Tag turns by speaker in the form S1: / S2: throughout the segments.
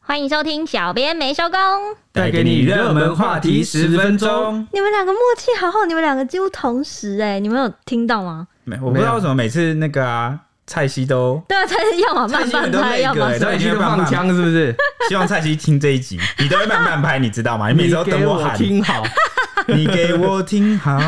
S1: 欢迎收听《小编没收工》。
S2: 带给你热门话题十分钟。
S1: 你们两个默契好好，你们两个几乎同时哎、你们有听到吗？
S2: 没，我不知道为什么每次那个啊，蔡西都
S1: 对啊，他是要么慢
S2: 蔡
S1: 半
S2: 徐坤都
S1: 拍，
S2: 那
S3: 啊
S1: 要么
S2: 个
S1: 什
S2: 欸对
S1: 么
S2: 你
S3: 去
S2: 就放
S3: 放
S2: 枪
S3: 枪是不是？
S2: 希望蔡西听这一集，你都会慢慢拍，你知 道吗？哎你每次都等
S3: 给
S2: 我喊，
S3: 听好，
S2: 你给我听 好。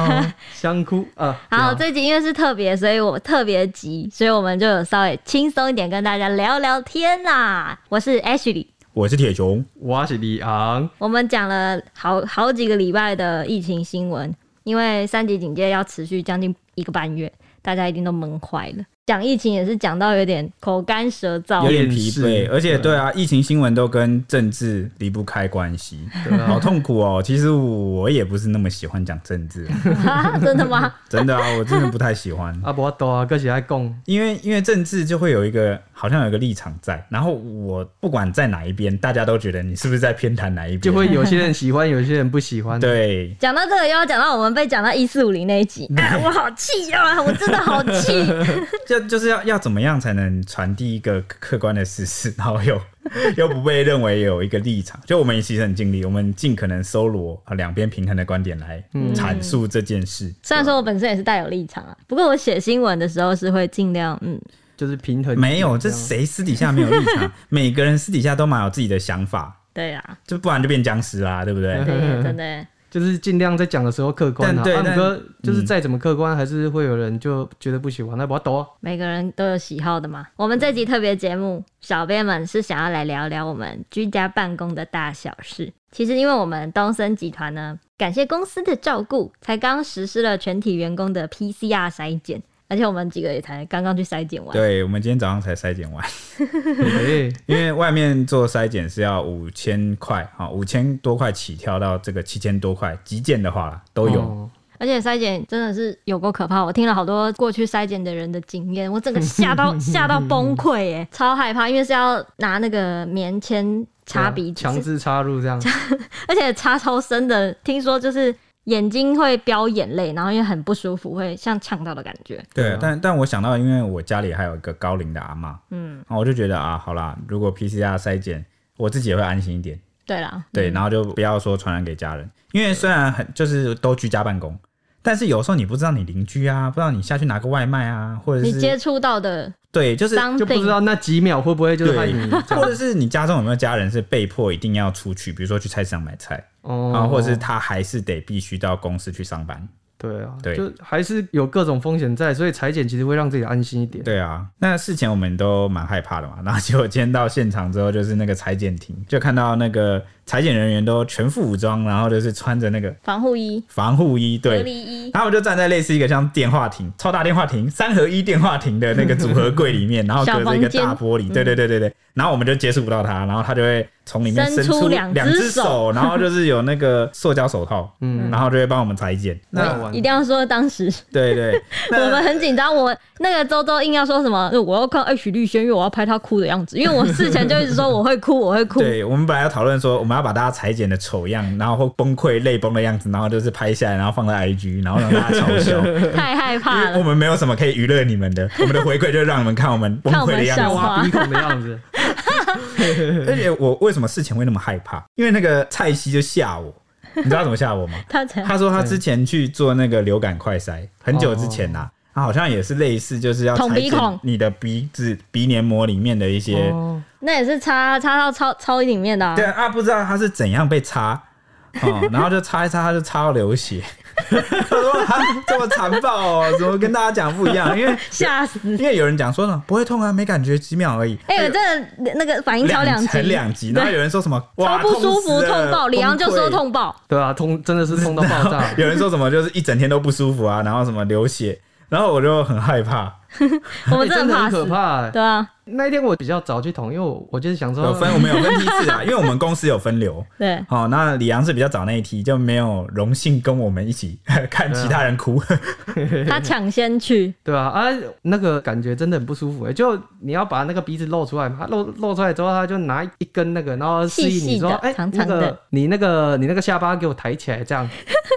S3: 香菇啊，
S1: 好，
S3: 对啊
S1: 这集因为是特别，所以我特别急，所以我们就有稍微轻松一点跟大家聊聊天啦。我是 Ashley，
S2: 我是铁熊，
S3: 我是 李昂，
S1: 我们讲了好好几个礼拜的疫情新闻，因为三级警戒要持续将近一个半月，大家一定都闷坏了。讲疫情也是讲到有点口干舌
S2: 有
S1: 燥，
S2: 点疲
S3: 厌
S2: 惫，
S3: 世
S2: 而且对啊，疫情新闻都跟政治离不开关 系，
S3: 对啊
S2: 好痛苦哦。其实我也不是那么喜欢讲政治，
S1: 真的吗？
S2: 真的啊，我真的不太喜 欢。
S3: 阿伯多啊，哥是爱讲，
S2: 因为因为政治就会有一个好像有一个立场在，然后我不管在哪一边，大家都觉得你是不是在偏袒哪一边，
S3: 就会有些人喜欢，有些人不喜欢。，
S2: 对
S1: 讲到这个，又要讲到我们被讲到一四五零那一集，啊，我好气啊！我真的好气，
S2: 就就是要要怎么样才能传递一个客观的事实，然后又又不被认为有一个立场。就我们其实很尽力，我们尽可能搜罗呃两边平衡的观点来阐述这件事。
S1: 虽然说我本身也是带有立场啊，不过我写新闻的时候是会尽量，嗯，
S3: 就是平衡。啊
S2: 没有，这
S3: 样
S2: 谁私底下没有立场？每个人私底下都蛮有自己的想法，
S1: 对啦，
S2: 就不然就变僵尸啦，对不对？
S1: 对，啊真的，
S3: 就是尽量在讲的时候客观啊。
S2: 但对
S3: 阿
S2: 但嗯
S3: 哥就是再怎么客观，还是会有人就觉得不喜欢。那我 多啊，
S1: 每个人都有喜好的嘛。我们这集特别节目，小编们是想要来聊聊我们居家办公的大小事。其实，因为我们东森集团呢，感谢公司的照顾，才刚实施了全体员工的 PCR 筛检，而且我们几个也才刚刚去筛检完。
S2: 对，我们今天早上才筛检完。
S3: 对，
S2: 因为外面做筛检是要五千块啊，五千多块起跳到这个七千多块，极简的话啦都有。
S3: 哦
S1: 而且筛检真的是有够可怕，我听了好多过去筛检的人的经验，我整个吓 到吓到崩溃耶，超害怕，因为是要拿那个棉签插鼻子，
S3: 强制插入这样，
S1: 啊而且插超深的，听说就是眼睛会飙眼泪，然后因为很不舒服，会像呛到的感觉。
S2: 对
S3: 对啊，
S2: 但但我想到，因为我家里还有一个高龄的阿妈，
S1: 嗯，
S2: 然后我就觉得啊，好啦，如果 PCR 筛检，我自己也会安心一点，
S1: 对啦，
S3: 嗯
S2: 对，然后就不要说传染给家人，因为虽然很就是都居家办公，但是有时候你不知道你邻居啊，不知道你下去拿个外卖啊，或者
S1: 你接
S2: 是
S1: 触到的
S2: 对，就是
S1: 伤
S3: 就不知
S1: 病，
S3: 道那几秒会不会就是害
S2: 对
S3: 你，
S2: 或者是你家中有没有家人是被迫一定要出去，比如说去菜市场买菜。啊，
S3: 哦，
S2: 或者是他还是得必须到公司去上班。
S3: 对啊，
S2: 对
S3: 就还是有各种风险在，所以裁剪其实会让自己安心一点。
S2: 对啊，那事前我们都蛮害怕的嘛，然 后结果今天到现场之后，就是那个裁剪亭，就看到那个裁剪人员都全副武装，然后就是穿着那个
S1: 防护衣、
S2: 防护衣，
S1: 隔
S2: 对。
S1: 离衣，
S2: 他们就站在类似一个像电话亭、超大电话亭、三合一电话亭的那个组合柜里面，然后隔着一个
S1: 小
S2: 大
S1: 房间
S2: 玻璃，对对对对对，然后我们就接触不到他，然后他就会从里面
S1: 伸
S2: 伸
S1: 出
S2: 出
S1: 两
S2: 两
S1: 只
S2: 只
S1: 手
S2: 手，然后就是有那个塑胶手套，嗯，然后就会帮我们裁剪。那
S3: 那
S1: 一定要说当时
S2: 对对，
S1: 我
S2: 那
S1: 们很紧张，我那个周周硬要说什么，呃我要看 H 绿轩，因为我要拍他哭的样子，因为我事前就一直说我会哭，我会 哭。
S2: 对，我们本来要讨论说，我们要把大家裁剪的丑样，然后或崩溃泪崩的样子，然后就是拍下来，然后放在 IG，然后让大家 嘲笑。
S1: 太害
S2: 因
S1: 怕
S2: 为我
S1: 了。
S2: 们没有什么可以娱乐你们的，我们的回馈就是让你们看我 们崩
S1: 看我
S2: 溃
S1: 们
S2: 的样
S1: 笑
S2: 子。
S1: 话
S3: 挖鼻孔的样 子，
S2: 而且我为什么事前会那么害怕？因为那个蔡西就吓我，你知道怎么吓我 吗？
S1: 他才
S2: 他说他之前去做那个流感快筛，很久之前啦、他好像也是类似，就是要
S1: 捅
S2: 裁
S1: 鼻
S2: 剪
S1: 孔
S2: 你的鼻子、鼻黏膜里面的一些
S3: 哦
S1: 那也是插插到超超里面的、啊
S2: 对，啊，不知道他是怎样被插，哦，然后就擦一擦，他就擦到流血。 他说啊，这么残暴哦，怎么跟大家讲不一样？因为
S1: 吓死！
S2: 因为有人讲说呢，不会痛啊，没感觉，几秒而已。
S1: 哎、我真的那个反应超两
S2: 才
S1: 极，
S2: 两级，然后有人说什么
S1: 超
S2: 哇
S1: 不舒服，
S2: 痛死了
S1: 痛爆。李阳就说。
S2: 崩溃
S1: 痛爆，
S3: 对啊，痛真的是痛到爆炸。
S2: 有人说什么就是一整天都不舒服啊，然后什么流血，然后我就很害怕。
S1: 我们
S3: 欸真
S1: 的很
S3: 的
S1: 怕
S3: 很
S1: 死
S3: 可。怕欸、
S1: 对啊，
S3: 那一天我比较早去捅，因为我我就是
S1: 哦
S3: 想
S2: 有
S3: 说，
S2: 分我们有分梯次啊，因为 我们公司有分流。
S1: 对，
S2: 好、那李阳是比较早那一梯，就没有荣幸跟我们一起 看其他人 哭。
S1: 他抢先去，
S3: 对啊，啊，那个感觉真的很不舒服、欸。就你要把那个鼻子露出来嘛，露露出来之后，他就拿一根那个，然后示意你说，
S1: 细细的
S3: 哎、
S1: 长
S3: 那
S1: 长的
S3: 个你那个你那个下巴给我抬起来，这 样。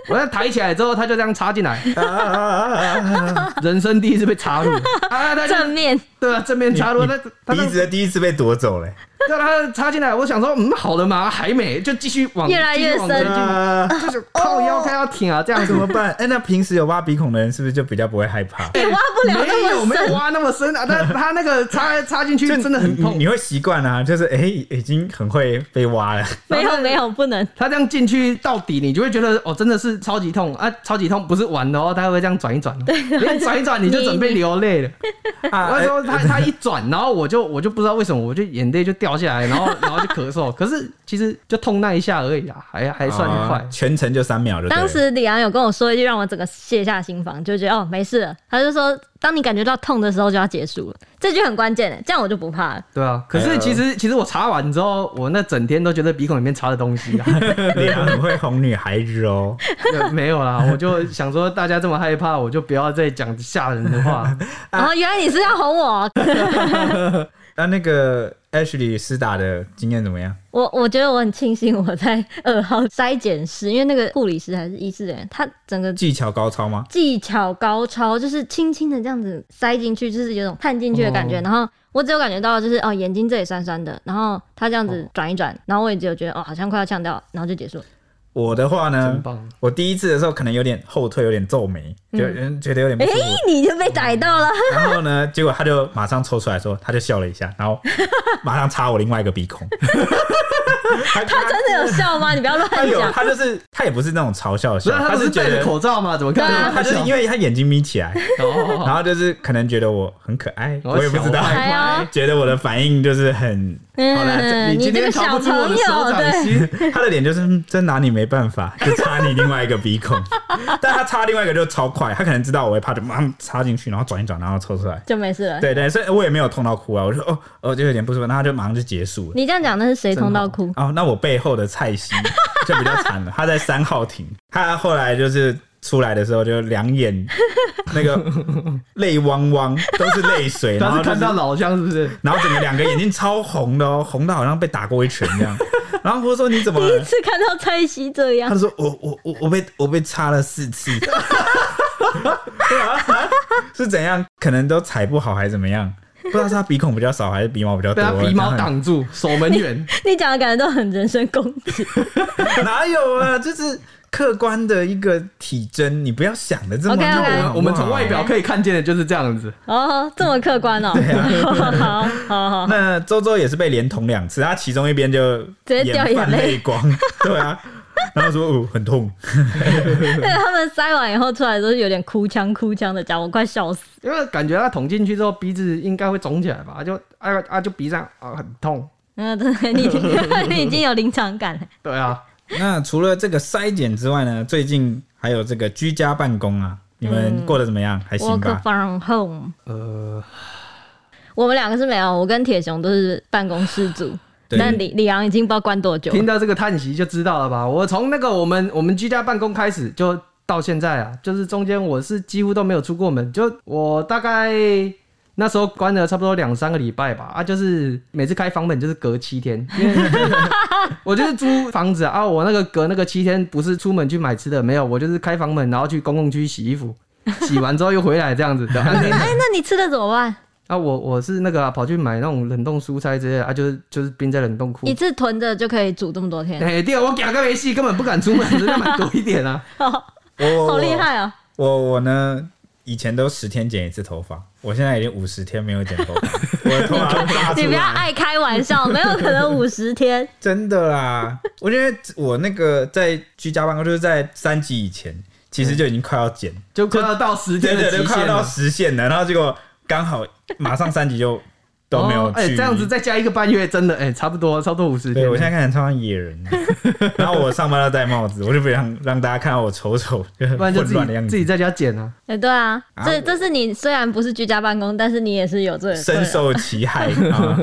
S3: 我要抬起来之后，他就这样插进来，
S2: 啊啊啊啊啊啊
S3: 人生第一次被插入啊！他就
S1: 正面
S3: 对啊，正面插入，那他
S2: 鼻子的第一次被夺走了、
S3: 让他插进来，我想说，嗯，好了嘛，还没，就继续往
S1: 越来越
S3: 继续往前
S1: 深
S2: 啊，
S3: 进就是靠腰看要挺啊，这样
S2: 怎
S3: 子。
S2: 么办？哎、那平时有挖鼻孔的人是不是就比较不会害怕？
S1: 也 挖不了
S3: 没有
S1: 那么
S3: 没有
S1: 深。
S3: 挖那么深啊，但他那个插插进去
S2: 就
S3: 真的很
S2: 你你
S3: 痛。
S2: 你会习惯啊，就是哎、已经很会被挖了。
S1: 没有没有，不能。
S3: 他这样进去到底，你就会觉得哦，真的是超级痛啊！超级痛不是玩的哦，他会这样转一转哦，连转一转你就准备流泪了。
S2: 啊
S3: 那
S2: 哎
S3: 时候他他一转，然后我就我就不知道为什么，我就眼泪就掉下来，然后然后就咳嗽。可是其实就痛那一下而已啦，还还算
S2: 啊
S3: 快。
S2: 全程就三秒就对了。
S1: 当时李昂有跟我说一句让我整个卸下心防，就觉得哦没事了。他就说，当你感觉到痛的时候就要结束了，这句很关键欸的，这样我就不怕了。
S3: 对啊，可
S2: 哎
S3: 是其实其实我查完之后，我那整天都觉得鼻孔里面插的东西啊啦，
S2: 脸啊很会哄女孩子哦。
S3: 对呃没有啦，我就想说大家这么害怕，我就不要再讲吓人的话。
S1: 然哦后原来你是要哄我，
S2: 那那个 Ashley 施打的经验怎么样？
S1: 我我觉得我很庆幸我在二号筛检室，因为那个护理师还是医师人，他整个
S2: 技巧高超吗？
S1: 技巧高超，就是轻轻的这样子塞进去，就是有种探进去的感觉。然后我只有感觉到就是哦，眼睛这里酸酸的，然后他这样子转一转，然后我也只有觉得哦，好像快要呛掉了，然后就结束了。
S2: 我的话呢
S3: 真棒，
S2: 我第一次的时候可能有点后退，有点皱眉，就嗯觉得有点不
S1: 哎、
S2: 舒服。
S1: 你就被逮到了，
S2: 然后呢，结果他就马上抽出来说，他就笑了一下，然后马上插我另外一个鼻孔。 他 他
S1: 真的有笑 吗？你不要乱
S3: 哎
S2: 他有
S1: 讲。
S2: 他就是他也不是那种嘲笑的
S3: 不
S2: 笑
S3: 是，啊他
S2: 他
S3: 不
S2: 是
S3: 是
S2: 觉
S3: 戴着
S2: 得
S3: 口罩吗？怎么看
S1: 对啊
S3: 到？
S2: 他就是因为他眼睛眯起来，然
S3: 哦，
S2: 后就是可能觉得我很可爱，
S3: 哦
S2: 我也不知道
S3: 小，
S1: 哎呀，
S2: 觉得我的反应就是很
S3: 好了，
S1: 嗯，
S3: 今
S1: 这
S3: 天
S1: 个
S3: 扛
S1: 小
S3: 不住
S1: 朋
S3: 我的手
S1: 友，
S3: 掌
S1: 对，
S3: 心，
S2: 他的脸就是嗯真拿你没办法，就插你另外一个鼻 孔，但他插另外一个就超快，他可能知道我会怕，就马上插进去，然后转一转，然后抽出来。
S1: 就没事了。
S2: 对对，所以我也没有痛到哭啊，我就哦哦就有点不舒服，然后他就马上就结束了。
S1: 你这样讲，那是谁痛到哭？
S2: 哦，那我背后的蔡西就比较惨了，他在三号亭，他后来就是出来的时候就两眼那个泪汪汪，都是泪水，然
S3: 他
S2: 后
S3: 是
S2: 就
S3: 看
S2: 是
S3: 到老乡是不是？
S2: 然后整个两个眼睛超红的哦，红到好像被打过一拳这样。然后我说你怎么
S1: 第一
S2: 了？
S1: 次看到蔡西这
S2: 他
S1: 样，
S2: 就说我我我我被我被插了四次。 对啊是怎样？可能都踩不好还是怎么样？不知道是他鼻孔比较少还是鼻毛比较
S3: 被
S2: 多？
S3: 他鼻毛
S2: 然后
S3: 挡住，守门 员。
S1: 你讲的感觉都很人身攻击。
S2: 哪有啊？就是客观的一个体征，你不要想的这么
S1: OK，OK
S2: 弱
S1: 哎
S2: 好不好
S3: 我们从外表可以看见的就是这样子。
S1: 哦，这么客观 哦。
S3: 啊
S1: 好好好，
S2: 那周周也是被连捅两次，他其中一边就
S1: 直接掉眼泪
S2: 眼泛泪光， 对啊，然后说哦很痛，
S1: 对哎他们塞完以后出来都是有点哭腔哭腔的讲，我快笑死。
S3: 因为感觉他捅进去之后，鼻子应该会肿起来吧？就啊啊，就鼻上啊很痛。
S1: 嗯，对，你已经 你已经有临场感了。
S3: 对啊，
S2: 那除了这个筛检之外呢，最近还有这个居家办公啊，你们过得怎么样？还行
S1: Work
S2: 吧？
S1: from home，
S3: 呃，
S1: 我们两个是没有，我跟铁熊都是办公室组，
S2: 对
S1: 但李李阳已经不知道关多久了。
S3: 听到这个叹息就知道了吧？我从那个我们我们居家办公开始，就到现在啊，就是中间我是几乎都没有出过门，就我大概。那时候关了差不多两三个礼拜吧，啊，就是每次开房门就是隔七天，因为 我就是租房子啊，啊我那个隔那个七天不是出门去买吃的，没有，我就是开房门，然后去公共区洗衣服，洗完之后又回来这样子的。啊那
S1: 哎，那你吃的怎么办？
S3: 啊，我我是那个、啊、跑去买那种冷冻蔬菜之类的啊，就是就是冰在冷冻库
S1: 一。次囤着就可以煮这么多天，
S3: 哎、对，我假个没戏，根本不敢出门，真的买多一点啊。
S2: 我
S1: 好厉！害哦！
S2: 我我我呢，以前都十天剪一次头发，我现在已经五十天没有剪头 发，我的头发都炸
S1: 你
S2: 出
S1: 不要
S2: 来，
S1: 爱开玩笑，没有可能五十天。
S2: 真的啦！我觉得我那个在居家办公，就是在三级以前，其实就已经快要 剪，
S3: 就快要到时间
S2: 真
S3: 的
S2: 的就
S3: 极
S2: 快要
S3: 限啊
S2: 到
S3: 了。
S2: 实现了，然后结果刚好马上三级就都没有
S3: 哦
S2: 去，
S3: 哎、这样子再加一个半月，真的哎、差不多，差不多五十天
S2: 对，
S3: 了。
S2: 我现在看起来超像野人， 然后我上班要戴帽子，我就不想让大家看到我丑丑、就是
S3: 啊不
S2: 混
S3: 然就自
S2: 乱的样
S3: 己自己
S2: 子，
S3: 在家剪啊。
S1: 哎，对啊，
S2: 啊
S1: 这
S2: 我
S1: 这是你虽然不是居家办公，但是你也是有这个
S3: 啊
S1: 困扰
S2: 深受其害 啊！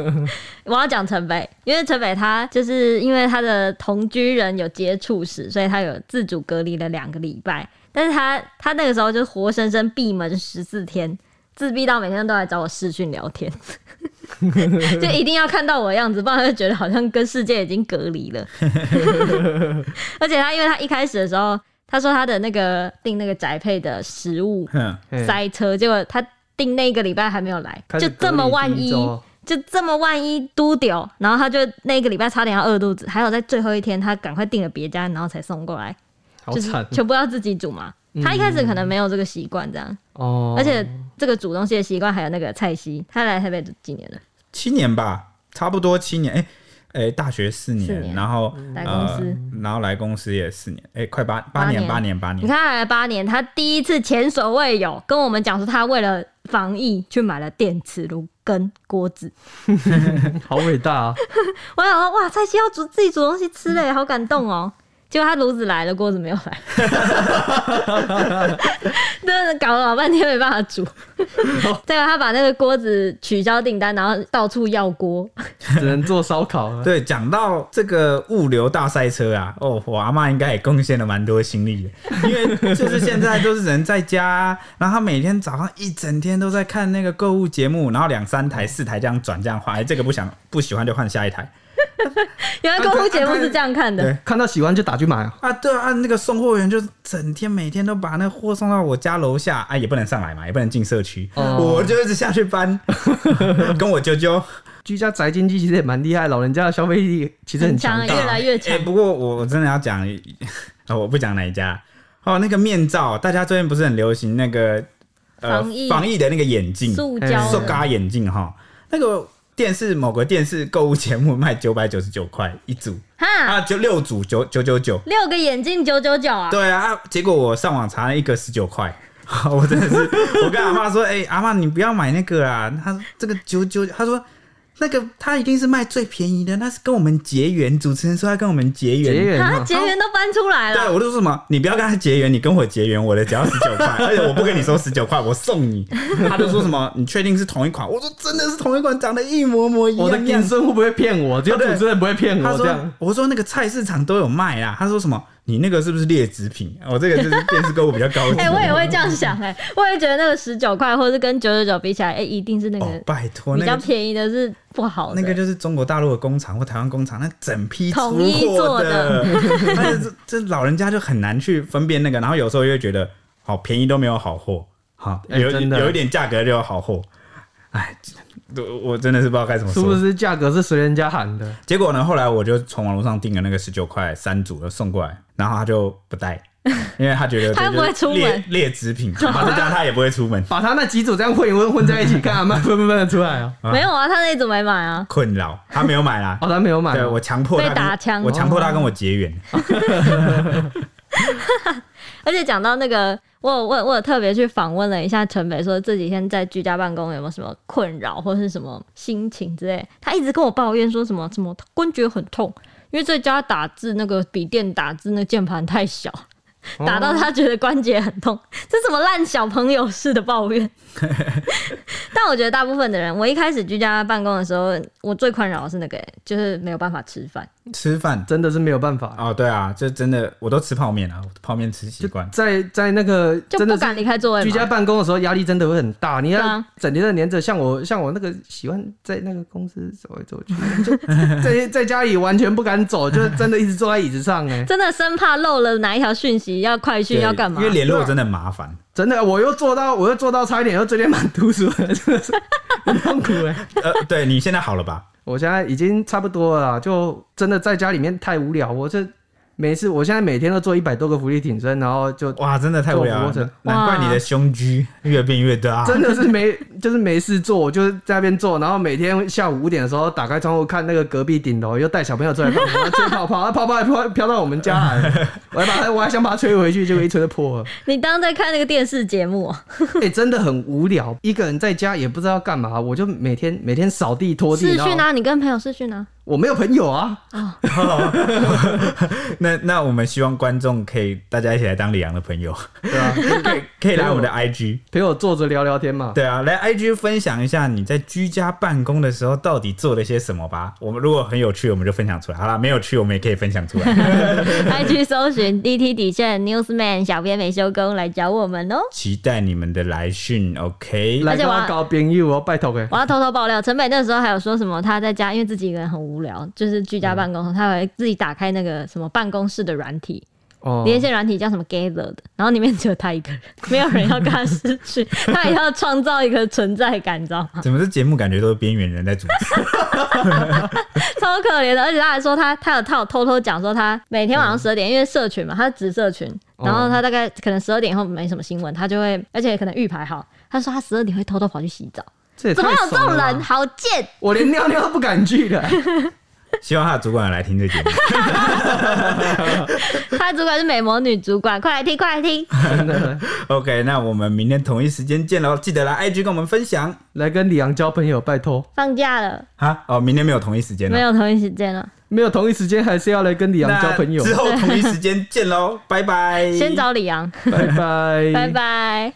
S1: 我要讲城北，因为城北他就是因为他的同居人有接触史，所以他有自主隔离了两个礼拜。但是他他那个时候就活生生闭门十四天，自闭到每天都来找我视讯聊天， 就一定要看到我的样子，不然他就觉得好像跟世界已经隔离了。 而且他因为他一开始的时候，他说他的那个订那个宅配的食物
S2: 哼
S3: 哎
S1: 塞车，结果他定那个礼拜还没有来，
S3: 开
S1: 就
S3: 始
S1: 这么
S3: 隔离啊
S1: 万
S3: 第
S1: 一，
S3: 周
S1: 就这么万一嘟丢，然后他就那个礼拜差点要饿肚子，还有在最后一天他赶快订了别家，然后才送过来，
S3: 好
S1: 就是
S3: 惨嗯
S1: 全部要自己煮嘛。他一开始可能没有这个习惯，这样，
S3: 哦，
S1: 而且这个煮东西的习惯还有那个蔡西，他来台北几年了？
S2: 七年吧，差不多七年。哎、哎、大学四年，
S1: 四年嗯
S2: 然后、
S1: 来公司
S2: 呃，然后来公司也四年，哎、快八八年，
S1: 八
S2: 八
S1: 年
S2: 年，八
S1: 你
S2: 年。
S1: 看他来了八年，他第一次前所未有跟我们讲说，他为了防疫去买了电磁炉跟锅子。
S3: 好伟大啊！
S1: 我想说，哇，蔡西要煮自己煮东西吃嘞，好感动哦。结果他炉子来了，锅子没有来，真的搞了老半天没办法煮。再有，他把那个锅子取消订单，然后到处要锅。
S3: 只能做烧烤啊了。
S2: 对，讲到这个物流大塞车啊，哦，我阿妈应该也贡献了蛮多心力的，因为就是现在都是人在家啊、然后她每天早上一整天都在看那个购物节目，然后两三台、四台这样转这样换，哎，这个不想不喜欢就换下一台。
S1: 原来购物节目是这样看的，
S2: 对
S3: 看到喜欢就打去买啊！
S2: 啊，对啊，那个送货员就是整天每天都把那货送到我家楼下，啊，也不能上来嘛，也不能进社区，
S3: 哦
S2: 我就一直下去搬， 跟我舅舅。
S3: 居家宅经济其实也蛮厉害，老人家的消费力其实很强
S1: 很强
S3: 大
S1: 啊。越来越
S2: 哎、
S1: 强
S2: 不过我我真的要讲， 啊我不讲哪一家哦，那个面罩，大家最近不是很流行那个呃
S1: 防疫
S2: 防疫的那个眼镜，
S1: 塑胶
S3: 哎
S2: 塑
S1: 的
S2: 嘎眼镜哈，那个电视某个电视购物节目卖九百九十九块一组，
S1: 哈，
S2: 啊，就六组九九九九。
S1: 六个眼镜九九九啊，
S2: 对啊，结果我上网查了一个十九块。 我真的是，我跟阿妈说，哎、阿妈你不要买那个啊，她说这个九九，她说那个她一定是卖最便宜的，那是跟我们结缘。主持人说要跟我们结缘，
S3: 结缘
S1: 哈，
S3: 啊，
S1: 结缘都搬出来
S2: 对，
S1: 了，
S2: 我就说什么，你不要跟他结缘，你跟我结缘，我的只要十九块， 而且我不跟你收十九块，我送你。他就说什么，你确定是同一款？我说真的是同一款，长得一模模一
S3: 我的
S2: 样
S3: 名
S2: 样。
S3: 声会不会骗我？只有主持人不会骗
S2: 啊他
S3: 我这
S2: 说
S3: 样。，
S2: 我说那个菜市场都有卖啦。他说什么，你那个是不是劣质品？我这个就是电视购物比较高 级。
S1: 哎、我也会这样想、哎，我也觉得那个十九块，或是跟九九九比起来，哎、一定是那
S2: 哦，
S1: 个
S2: 拜托，
S1: 比
S2: 那
S1: 较
S2: 个
S1: 便宜的是不
S3: 哦
S1: 好的。
S2: 那个就是中国大陆的工厂或台湾工厂，那整批出
S1: 统一做
S2: 货
S1: 的，
S2: 但是这这老人家就很难去分辨那个，然后有时候又会觉得，好便宜都没有好货，好
S3: 哎
S2: 有、
S3: 真的
S2: 有一点价格就有好货，哎，这我我真的是不知道该怎么
S3: 是
S2: 说。
S3: 不是价格是随人家喊的？
S2: 结果呢，后来我就从网络上订了那个十九块三组的送过来，然后他就不带，因为他觉 得
S1: 他
S2: 这
S1: 又不会
S2: 就是
S1: 出
S2: 劣
S1: 门
S2: 劣质品，然后再加上他也不会出门，
S3: 把他那几组这样混一混混在一起，看阿妈分不分得出来啊？
S2: 啊
S1: 没有啊，他那一组没买啊。
S2: 困扰他没有买啦。
S3: 哦，他没有买
S2: 对我强迫他
S1: 被
S2: 跟
S1: 打枪
S2: 我强迫他跟我结缘。
S1: 而且讲到那个，我有问，我有特别去访问了一下陈北，说这几天在居家办公有没有什么困扰或是什么心情之类。他一直跟我抱怨说什么什么关节很痛，因为在家打字那个笔电打字那键盘太小，
S3: 哦
S1: 打到他觉得关节很痛，这什么烂小朋友式的抱 怨？但我觉得大部分的人，我一开始居家办公的时候，我最困扰的是那个、就是没有办法吃饭。
S2: 吃饭
S3: 真的是没有办法，
S2: 哦，对啊，这真的我都吃泡面啊，我泡面吃习惯。
S3: 在在那个
S1: 就不
S3: 真的是
S1: 敢离开座位嘛，
S3: 居家办公的时候，压力真的会很大。你
S1: 对
S3: 要
S1: 啊
S3: 整天的黏着，像我像我那个喜欢在那个公司走来走去， 就在在家里完全不敢走，就真的一直坐在椅子上 哎、
S1: 真的生怕漏了哪一条讯息，要快
S2: 对
S1: 讯要干嘛
S2: 因？为联络真的很 麻烦，
S3: 真的，我又做到，我又做到差一点，又昨天满读书了， 真的是很痛苦哎、
S2: 呃，对你现在好了吧？
S3: 我现在已经差不多了啦，就真的在家里面太无聊，我这每次我现在每天都做一百多个俯卧挺身，然后就
S2: 哇，真的太无聊
S3: 做俯卧撑
S2: 了，难怪你的胸肌越变越大。
S3: 真的是没 就是没事做，我就是在那边做，然后每天下午五点的时候打开窗户看那个隔壁顶楼，又带小朋友出来放风，然后吹泡 泡，那泡泡还飘飘到我们家来，我还把 它我还想把它吹回去，结果一吹就破了。
S1: 你当在看那个电视节目 哦、
S3: 哎、真的很无聊，一个人在家也不知道干嘛，我就每天每天扫地拖地，
S1: 视
S3: 然后
S1: 讯啊，你跟朋友视 讯啊，
S3: 我没有朋友啊，
S2: 那那我们希望观众可以大家一起来当李阳的朋友，
S3: 对 啊，
S2: 可以来我们的 IG，
S3: 陪我坐着聊聊天嘛。
S2: 对啊，来 IG 分享一下你在居家办公的时候到底做了些什么吧。我们如果很有趣，我们就分享出来。好啦，没有趣我们也可以分享 出来。
S1: ，IG 搜寻 DT 底线 Newsman 小编没休工来找我们哦、
S2: 期待你们的来讯，OK？
S3: 来
S1: 而且
S3: 跟
S1: 我
S3: 我搞朋友哦，拜托哎、
S1: 我要偷偷爆料，陈北那时候还有说什么，他在家因为自己一个人很无聊，就是居家办公，他还自己打开那个什么办公室的软体，
S3: 哦
S1: 连线软体叫什么 Gather 的，然后里面只有他一个人，没有人要跟他失 去，他也要创造一个存在感，你知道吗？
S2: 怎么这节目感觉都是边缘人在 主持？
S1: 超可怜的，而且他还说他他有他有偷偷讲说他每天晚
S3: 嗯
S1: 上十二点，因为社群嘛，他是直社群，
S3: 哦
S1: 然后他大概可能十二点以后没什么新闻，他就会，而且可能预排好，他说他十二点会偷偷跑去洗澡，
S3: 这也
S1: 怎么
S3: 太
S1: 有这
S3: 爽
S1: 种
S3: 了吧
S1: 人？好贱！
S3: 我连尿尿都不敢去的。
S2: 希望他的主管有来听这节目。
S1: 他的主管是美魔女主管，快来听，快来听！
S3: 真的，
S2: OK，那我们明天同一时间见喽，记得来 IG 跟我们分享
S3: 来跟李阳交朋友，拜托。
S1: 放假了，
S2: 哈。哦，明天没有同一时间
S1: 没有
S2: 了，
S1: 同一时间了，
S3: 没有同一时间，还是要来跟李阳
S2: 那
S3: 交朋友。
S2: 之后同一时间见喽，拜拜。
S1: 先找李阳，
S3: 拜拜，
S1: 拜拜。